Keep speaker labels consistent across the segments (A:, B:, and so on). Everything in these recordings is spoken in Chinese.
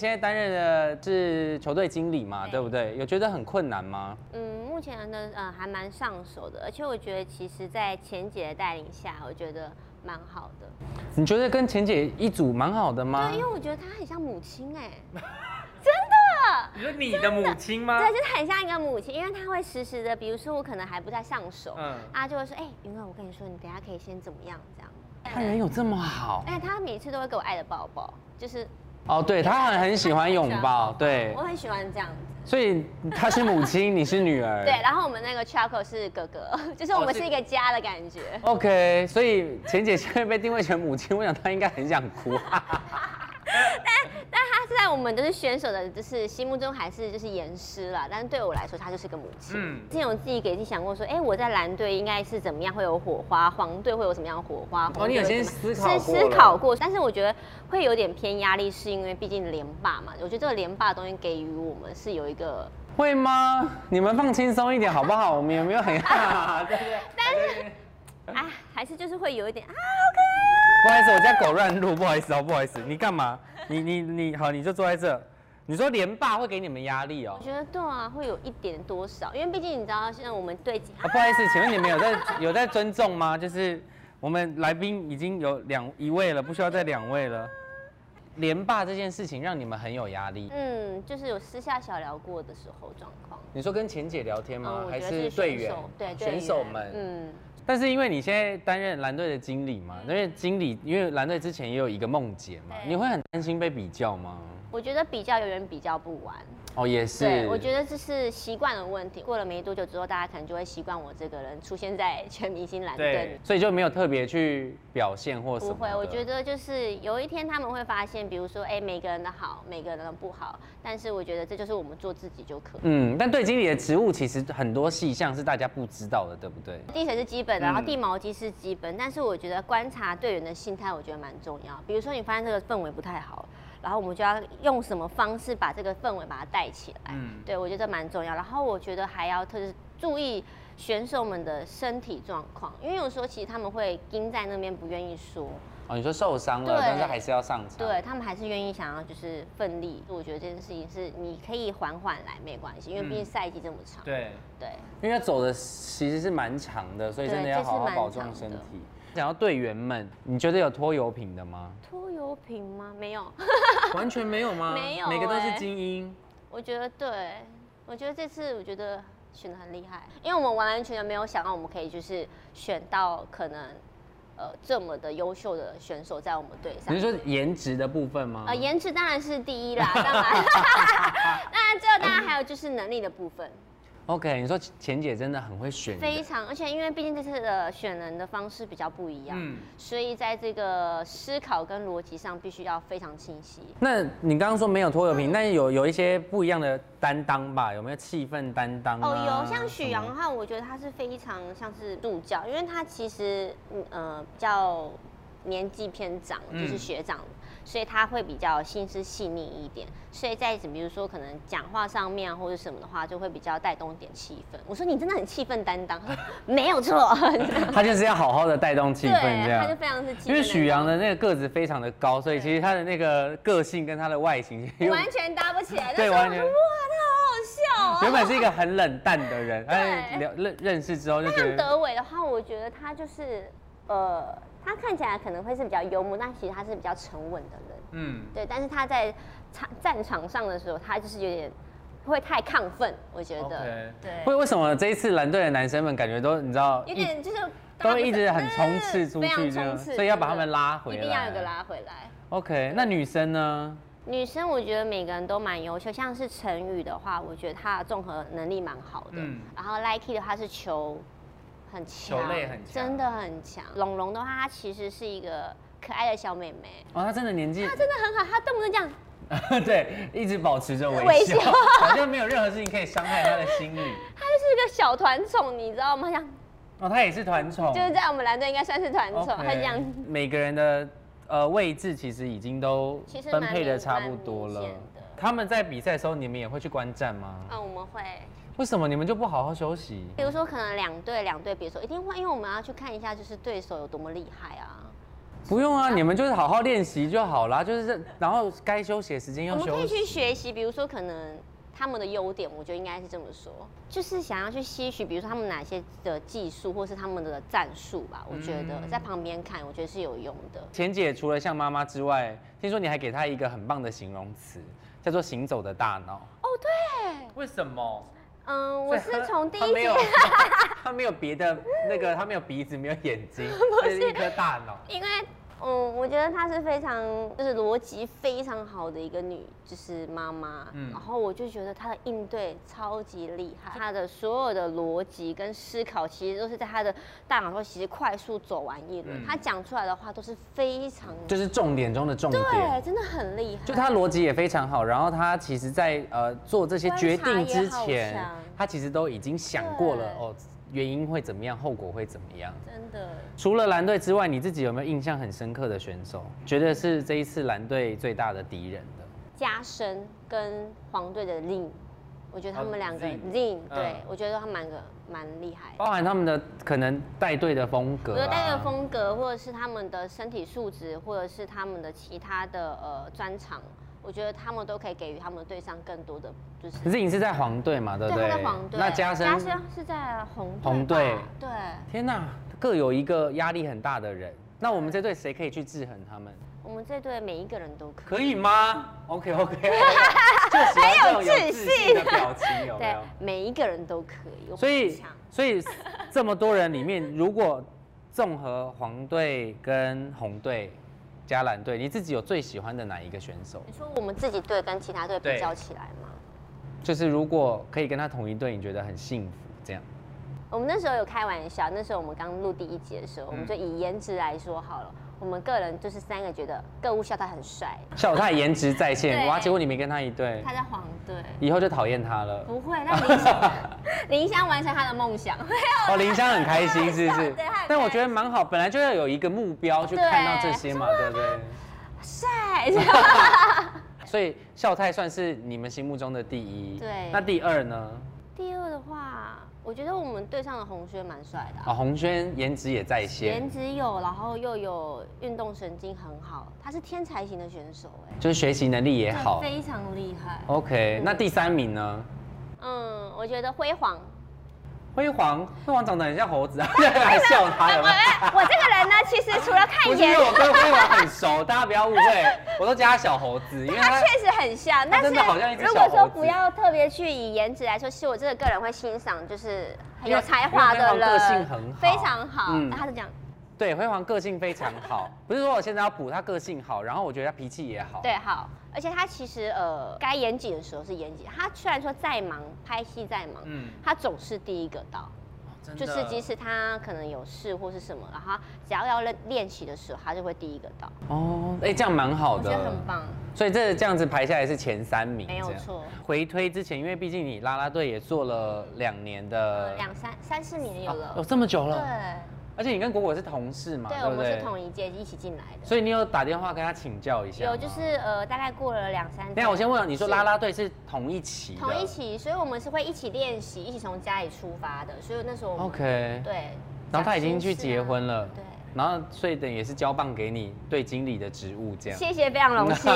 A: 现在担任的是球队经理嘛，
B: 对
A: 对不对？有觉得很困难吗？
B: 嗯，目前的呃还蛮上手的，而且我觉得其实，在钱姐的带领下，我觉得蛮好的。
A: 你觉得跟钱姐一组蛮好的吗
B: 对，？因为我觉得她很像母亲哎、
C: 你说你的母亲
A: 啊
C: 吗？
B: 对，就是很像一个母亲，因为她会时时的，比如说我可能还不太上手，
C: 嗯
B: 她就会说，哎、云儿，我跟你说，你等一下可以先怎么样这样。
A: 他人有这么好
B: 哎，她每次都会给我爱的抱抱，就是
A: 哦，对他很很喜欢拥抱，对
B: 我，很喜欢这样子。
A: 所以他是母亲，你是女儿，
B: 对，然后我们那个 Chaco 是哥哥， 就是我
C: 哦
B: 们
C: 是
B: 是一个家的感觉。
A: OK，所以钱姐现在被定位成母亲，我想她应该很想 哭。
B: 但她在我们就是选手的，就是心目中还是就是严师啦。但是对我来说，她就是个母亲。
C: 嗯，
B: 之前我自己给自己想过说，哎、我在蓝队应该是怎么样会有火花，黄队会有什么样的火花？
A: 哦
B: 红队
C: 哦你有
B: 会
C: 先
B: 怎么
C: 思考
B: 是
C: 过
B: 思
C: 了
B: 考过，但是我觉得会有点偏压力，是因为毕竟连霸嘛，我觉得这个连霸的东西给予我们是有一个，
A: 会吗？你们放轻松一点好不好？我们也没有很 怕。对
B: 哎，还是就是会有一点啊，
C: 不好意思，我家狗乱入，不好意思哦，不好意思。你干嘛？你你你好，你就坐在这。
A: 你说连霸会给你们压力哦
B: 我、觉得对啊，会有一点多少，因为毕竟你知道，现在我们队
A: 啊不好意思，请问你们有在有在尊重吗？就是我们来宾已经有两一位了，不需要再两位了。连霸这件事情让你们很有压力。
B: 嗯，就是有私下小聊过的时候状况。
A: 你说跟钱姐聊天吗？
B: 嗯，我
A: 啊还
B: 觉得是
A: 队
B: 选
A: 员
B: 手？对队
A: 选手
B: 员
A: 们。
B: 嗯，
A: 但是因为你现在担任蓝队的经理嘛，因为经理，因为蓝队之前也有一个梦姐嘛，
B: 对
A: 你会很担心被比较吗？
B: 我觉得比较永远比较不完。
A: 哦，也是。
B: 对，我觉得这是习惯的问题。过了没多久之后，大家可能就会习惯我这个人出现在全明星蓝
C: 对
B: 队。
A: 所以就没有特别去表现或什么
B: 不
A: 的。
B: 会，我觉得就是有一天他们会发现，比如说，哎，每个人的好，每个人的不好，但是我觉得这就是我们做自己就可以。
A: 嗯，但队经理的职务其实很多细项是大家不知道的，对不对？
B: 地水是基本，然
C: 嗯
B: 后地毛机是基本，但是我觉得观察队员的心态，我觉得蛮重要。比如说你发现这个氛围不太好，然后我们就要用什么方式把这个氛围把它带起来。
C: 嗯
B: 对我觉得蛮重要。然后我觉得还要特别注意选手们的身体状况，因为有时候其实他们会盯在那边不愿意说，
A: 哦，你说受伤了，
B: 对
A: 但是还是要上场。
B: 对。他们还是愿意想要就是奋力。我觉得这件事情是你可以缓缓来没关系，因为毕竟
C: 嗯
B: 赛季这么长。
C: 对，
B: 对
A: 因为他走的其实是蛮长的，所以
B: 对
A: 真的要
B: 这是
A: 好好
B: 蛮
A: 保重
B: 长的
A: 身体。讲到队员们，你觉得有拖油瓶的 吗？
B: 拖油瓶吗？没有。
A: 完全没有吗
B: 没有
A: 每个都是
B: 欸
A: 精英。
B: 我觉得对，我觉得这次我觉得选的很厉害，因为我们完完全全没有想到我们可以就是选到可能呃这么的优秀的选手在我们队上
A: 你是。说颜值的部分吗？
B: 呃，颜值当然是第一啦，当 然，当然最后当然还有就是能力的部分，
A: OK，你说钱姐真的很会选人，
B: 非常，而且因为毕竟这次的选人的方式比较不一样，
C: 嗯
B: 所以在这个思考跟逻辑上必须要非常清晰。
A: 那你刚刚说没有拖油
B: 嗯
A: 瓶，那有有一些不一样的担当吧？有没有气氛担当、啊？
B: 哦，有像许
A: 什
B: 阳
A: 么，
B: 汉，我觉得他是非常像是助教，因为他其实嗯呃比较年纪偏长，就是
C: 嗯
B: 学长，所以他会比较心思细腻一点，所以在比如说可能讲话上面啊或者什么的话，就会比较带动一点气氛。我说你真的很气氛担当， 他说没有错，
A: 他就是要好好的带动气
B: 对，
A: 氛这
B: 他就
A: 样。
B: 非常是气氛担
A: 因
B: 当。
A: 为许阳的那个个子非常的高，所以
B: 对
A: 其实他的那个个性跟他的外形，因为
B: 完全搭不起来，
A: 对
B: 那时候
A: 完全
B: 我说哇，他好好笑哦。
A: 原本是一个很冷淡的人，哎，了认认识之后就觉
B: 像
A: 得，
B: 德伟的话，我觉得他就是呃，他看起来可能会是比较幽默，但其实他是比较沉稳的人。
C: 嗯，
B: 对，但是他在场战场上的时候，他就是有点会太亢奋，我觉得
C: OK。
A: 为
B: 对，
A: 为什么这一次蓝队的男生们感觉都你知道
B: 有
A: 一
B: 点就是嗯
A: 都一直很冲刺出
B: 非常
A: 去这
B: 冲
A: 样，
B: 刺，
A: 所以要把他
B: 真的
A: 们拉回来。
B: 一定要有个拉回来。
A: OK，那女生呢？
B: 女生我觉得每个人都蛮优秀，像是陈宇的话，我觉得她的综合能力蛮好的。
C: 嗯
B: 然后 Likey 的话是球很强，
C: 球类很强
B: 真的很强。龙龙的话，她其实是一个可爱的小妹妹，
A: 哦，她真的年纪
B: 她真的很好，她动不动这 样，
A: 对，一直保持着微
B: 微
A: 笑
B: 笑，
A: 好像没有任何事情可以伤害他的心理。
B: 她就是一个小团宠，你知道吗？像
A: 哦，他也是团宠，
B: 就是在我们蓝队应该算是团宠，她这样。
A: 每个人的呃位置其实已经都
B: 其实
A: 分
B: 蛮
A: 配的
B: 明
A: 差不多了
B: 蛮明显的。
A: 他们在比赛的时候，你们也会去观战吗？
B: 嗯，我们会，
A: 为什么你们就不好好休息？
B: 比如说可能两队两队，比如说一定会，因为我们要去看一下就是对手有多么厉害啊。
A: 不用啊，你们就是好好练习就好啦，就是然后该休息的时间
B: 我
A: 要
B: 们可
A: 休
B: 以
A: 息。
B: 去学习，比如说可能他们的优点，我觉得应该是这么说，就是想要去吸取，比如说他们哪些的技术，或是他们的战术吧。我觉得
A: 嗯
B: 在旁边看，我觉得是有用的。
A: 田姐除了像妈妈之外，听说你还给她一个很棒的形容词，叫做“行走的大脑”。
B: 哦，对，
A: 为什么？
B: 嗯，我
A: 所以
B: 是
A: 她
B: 从第
A: 她
B: 一
A: 没
B: 集
A: 有， 她没有别的那个，她没有鼻子，没有眼 睛，这是一颗大脑。
B: 因为，嗯，我觉得她是非常就是逻辑非常好的一个女，就是妈妈。
A: 嗯
B: 然后我就觉得她的应对超级厉害，她的所有的逻辑跟思考，其实都是在她的大脑中其实快速走完一轮。
A: 嗯
B: 她讲出来的话都是非常
A: 就是重点中的重点。
B: 对，真的很厉害。
A: 就他逻辑也非常好，然后他其实在，呃做这些决定之
B: 观察也
A: 前
B: 好强，
A: 他其实都已经想过了
B: 对
A: 哦，原因会怎么样，后果会怎么样。
B: 真的，
A: 除了蓝队之外，你自己有没有印象很深刻的选手？觉得是这一次蓝队最大的敌人的？
B: 加深跟黄队的 Lin，我觉得他
A: 哦
B: 们两个
A: Lin
B: Lin，对、
A: 嗯啊
B: 我觉得他蛮个蛮厉害的。
A: 包含他们的可能带队的风格、
B: 我
A: 啊，
B: 觉得带的风格，或者是他们的身体素质，或者是他们的其他的呃专长，我觉得他们都可以给予他们队上更多的就是。
A: 可是你是在黄队嘛，对不对？
B: 他在黄队，
A: 那加深，
B: 加深是在红队吧
A: 红队
B: 对，
A: 天哪，各有一个压力很大的人。那我们这队谁可以去制衡他们？
B: 我们这队每一个人都可以。
A: 可以吗？OK OK，就 喜欢这种有自信的表情，有没
B: 对
A: 有？，
B: 每一个人都可以。我
A: 所
B: 很
A: 以
B: 强
A: 所以这么多人里面，如果综合黄队跟红队加蓝队，你自己有最喜欢的哪一个选手？
B: 你说我们自己队跟其他队比
A: 对
B: 较起来吗？
A: 就是如果可以跟他同一队，你觉得很幸福这样？
B: 我们那时候有开玩笑，那时候我们刚录第一集的时候，我们
A: 嗯
B: 就以颜值来说好了。我们个人就是三个觉得各物笑他很帅，
A: 笑太颜值在线，
B: 对
A: 哇！结果你没跟他一队，
B: 他在黄 队。
A: 以后就讨厌他了。
B: 不会，让林湘林湘完成她的梦想。
A: 哦，林湘很开心是不是
B: 对她很开心？
A: 但我觉得蛮好，本来就要有一个目标去看到这些嘛，对不对？
B: 晒，
A: 所以孝泰算是你们心目中的第一。
B: 对
A: 那第二呢？
B: 第二的话，我觉得我们队上的红轩蛮帅的啊、
A: 啊，洪轩颜值也在线
B: 颜，值有，然后又有运动神经很好，他是天才型的选手哎、
A: 就是学习能力也
B: 对
A: 好。哦
B: 非常嗯厉害。
A: OK，那第三名呢？
B: 嗯，我觉得辉煌，
A: 辉煌，辉煌长得很像猴 子，啊还笑他有没有？
B: 我这个人呢，其实除了看
A: 不是因
B: 颜
A: 为，我跟辉煌很熟，大家不要误 会，我都叫他小猴子，因为
B: 他
A: 他
B: 确实很像，但
A: 他
B: 是
A: 啊真的好像一只
B: 如
A: 小
B: 果
A: 猴子
B: 说不要特别去以颜值来说，其实我这个个人会欣赏，就是很有才华的
A: 因
B: 人，
A: 为辉煌个性很好
B: 非常好。
A: 嗯
B: 他是这样，
A: 对辉煌个性非常好，不是说我现在要补他个性好，然后我觉得他脾气也好。
B: 对，好，而且他其实呃，该严谨的时候是严谨。他虽然说再忙，拍戏再忙，
A: 嗯，
B: 他总是第一个到，
A: 真的
B: 就是即使他可能有事或是什么，然后他只要要练练习的时候，他就会第一个到。
A: 哦，哎，这样蛮好
B: 我觉
A: 的，
B: 得很棒，
A: 所以这这样子排下来是前三名，
B: 没有
A: 这样
B: 错。
A: 回推之前，因为毕竟你啦啦队也做了两年的，
B: 呃两三三四年有
A: 呃啊
B: 了
A: 有，这么久
B: 对
A: 了，而且你跟果果是同事嘛，
B: 对，
A: 对
B: 我
A: 不
B: 们是
A: 对？
B: 同一届一起进来的。
A: 所以你有打电话跟他请教一下吗？
B: 有就是呃，大概过了两三
A: 等一
B: 天。
A: 下我先问，你说
B: 是
A: 啦啦队是同一期的？
B: 同一起，所以我们是会一起练习，一起从家里出发的。所以那时候我们
A: ，OK。
B: 对，
A: 然后他已经
B: 讲心
A: 去
B: 事啊
A: 结婚了，
B: 对。
A: 然后所以等于也是交棒给你对经理的职务这样。
B: 谢谢，非常 荣幸。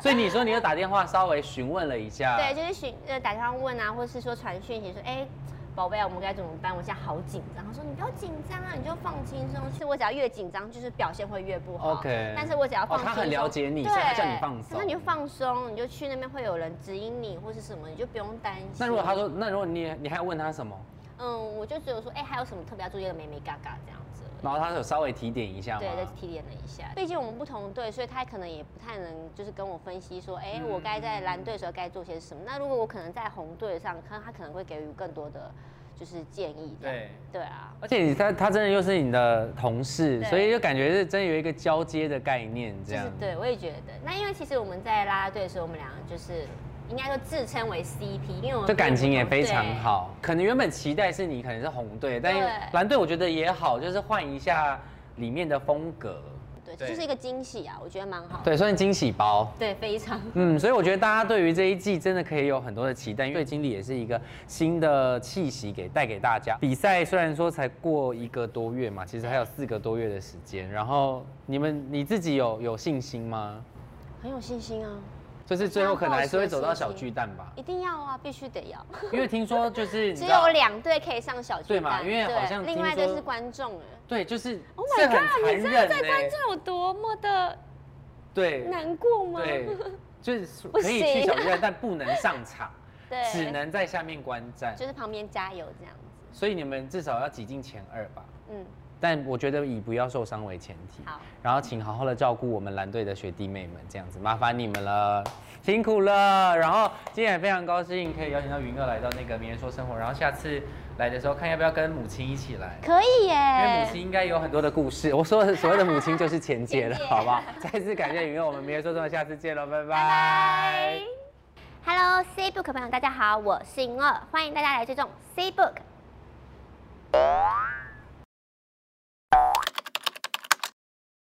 A: 所以你说你有打电话稍微询问了一下，
B: 对，就是询呃打电话问啊，或是说传讯息说，哎、宝贝啊，我们该怎么办？我现在好紧张。他说你不要紧张啊，你就放轻松。其实我只要越紧张，就是表现会越不好。
A: OK
B: 但是我只要
A: 哦
B: 放轻松、
A: 他很了解你
B: 对
A: 所以他叫你放松
B: 那你就放松，你就去那边会有人指引你或是什么，你就不用担心。
A: 那如果他，说，那如果你你还要问他什么，
B: 嗯，我就只有说，哎、还有什么特别要注意的美美嘎嘎这样子而已。
A: 然后他有稍微提点一下吗？
B: 对，再提点了一下。毕竟我们不同队，所以他可能也不太能就是跟我分析说，哎、
A: 嗯
B: 我该在蓝队的时候该做些什么。那如果我可能在红队上，看他可能会给予更多的就是建议。这样
A: 对
B: 对啊，
A: 而且你他他真的又是你的同事，
B: 对
A: 所以就感觉是真的有一个交接的概念这
B: 就
A: 样
B: 是。对我也觉得。那因为其实我们在啦啦队的时候，我们俩就是应该说自称为 CP，因为我们
A: 这感情也非常
B: 对。
A: 好，可能原本期待是你可能是红队，但
B: 对
A: 蓝队我觉得也好，就是换一下里面的风格。
B: 对，对，
A: 对
B: 就是一个惊喜啊，我觉得蛮好的。
A: 对，算惊喜包。
B: 对，非常。
A: 嗯，所以我觉得大家对于这一季真的可以有很多的期待，因为经理也是一个新的气息给带给大家。比赛虽然说才过一个多月嘛，其实还有四个多月的时间。然后你们你自己有有信心吗？
B: 很有信心啊，
A: 就是最后可能还是会走到小巨蛋吧，
B: 一定要啊，必须得要。
A: 因为听说就是你
B: 只
A: 知道
B: 有两队可以上小巨
A: 对嘛
B: 蛋，
A: 因为好像
B: 对
A: 听
B: 另外一个
A: 说
B: 是观众了。
A: 对，就是
B: Oh
A: 这
B: my
A: 很
B: god！
A: 残
B: 你知道
A: 忍
B: 在观
A: 呢，
B: 众有多么的
A: 对
B: 难过吗？
A: 对， 就是
B: 不
A: 可以去
B: 行啊
A: 小巨蛋，但不能上场，
B: 对，
A: 只能在下面观战。
B: 就是旁边加油这样子。
A: 所以你们至少要挤进前二吧。
B: 嗯，
A: 但我觉得以不要受伤为前提，
B: 好，
A: 然后请好好的照顾我们蓝队的学弟妹们，这样子麻烦你们了，辛苦了。然后今天也非常高兴可以邀请到云哥来到那个名人说生活，然后下次来的时候看要不要跟母亲一起来。
B: 可以
A: 因为母
B: 耶。
A: 亲应该有很多的故事，我说的所 谓的母亲就是 前姐了，
B: 前姐
A: 好不好？再次感谢云哥，我们名人说生活，下次见喽，拜
B: 拜
A: 拜。。
B: Hello C Book 朋友，大家好，我是银乐，欢迎大家来追踪 C Book。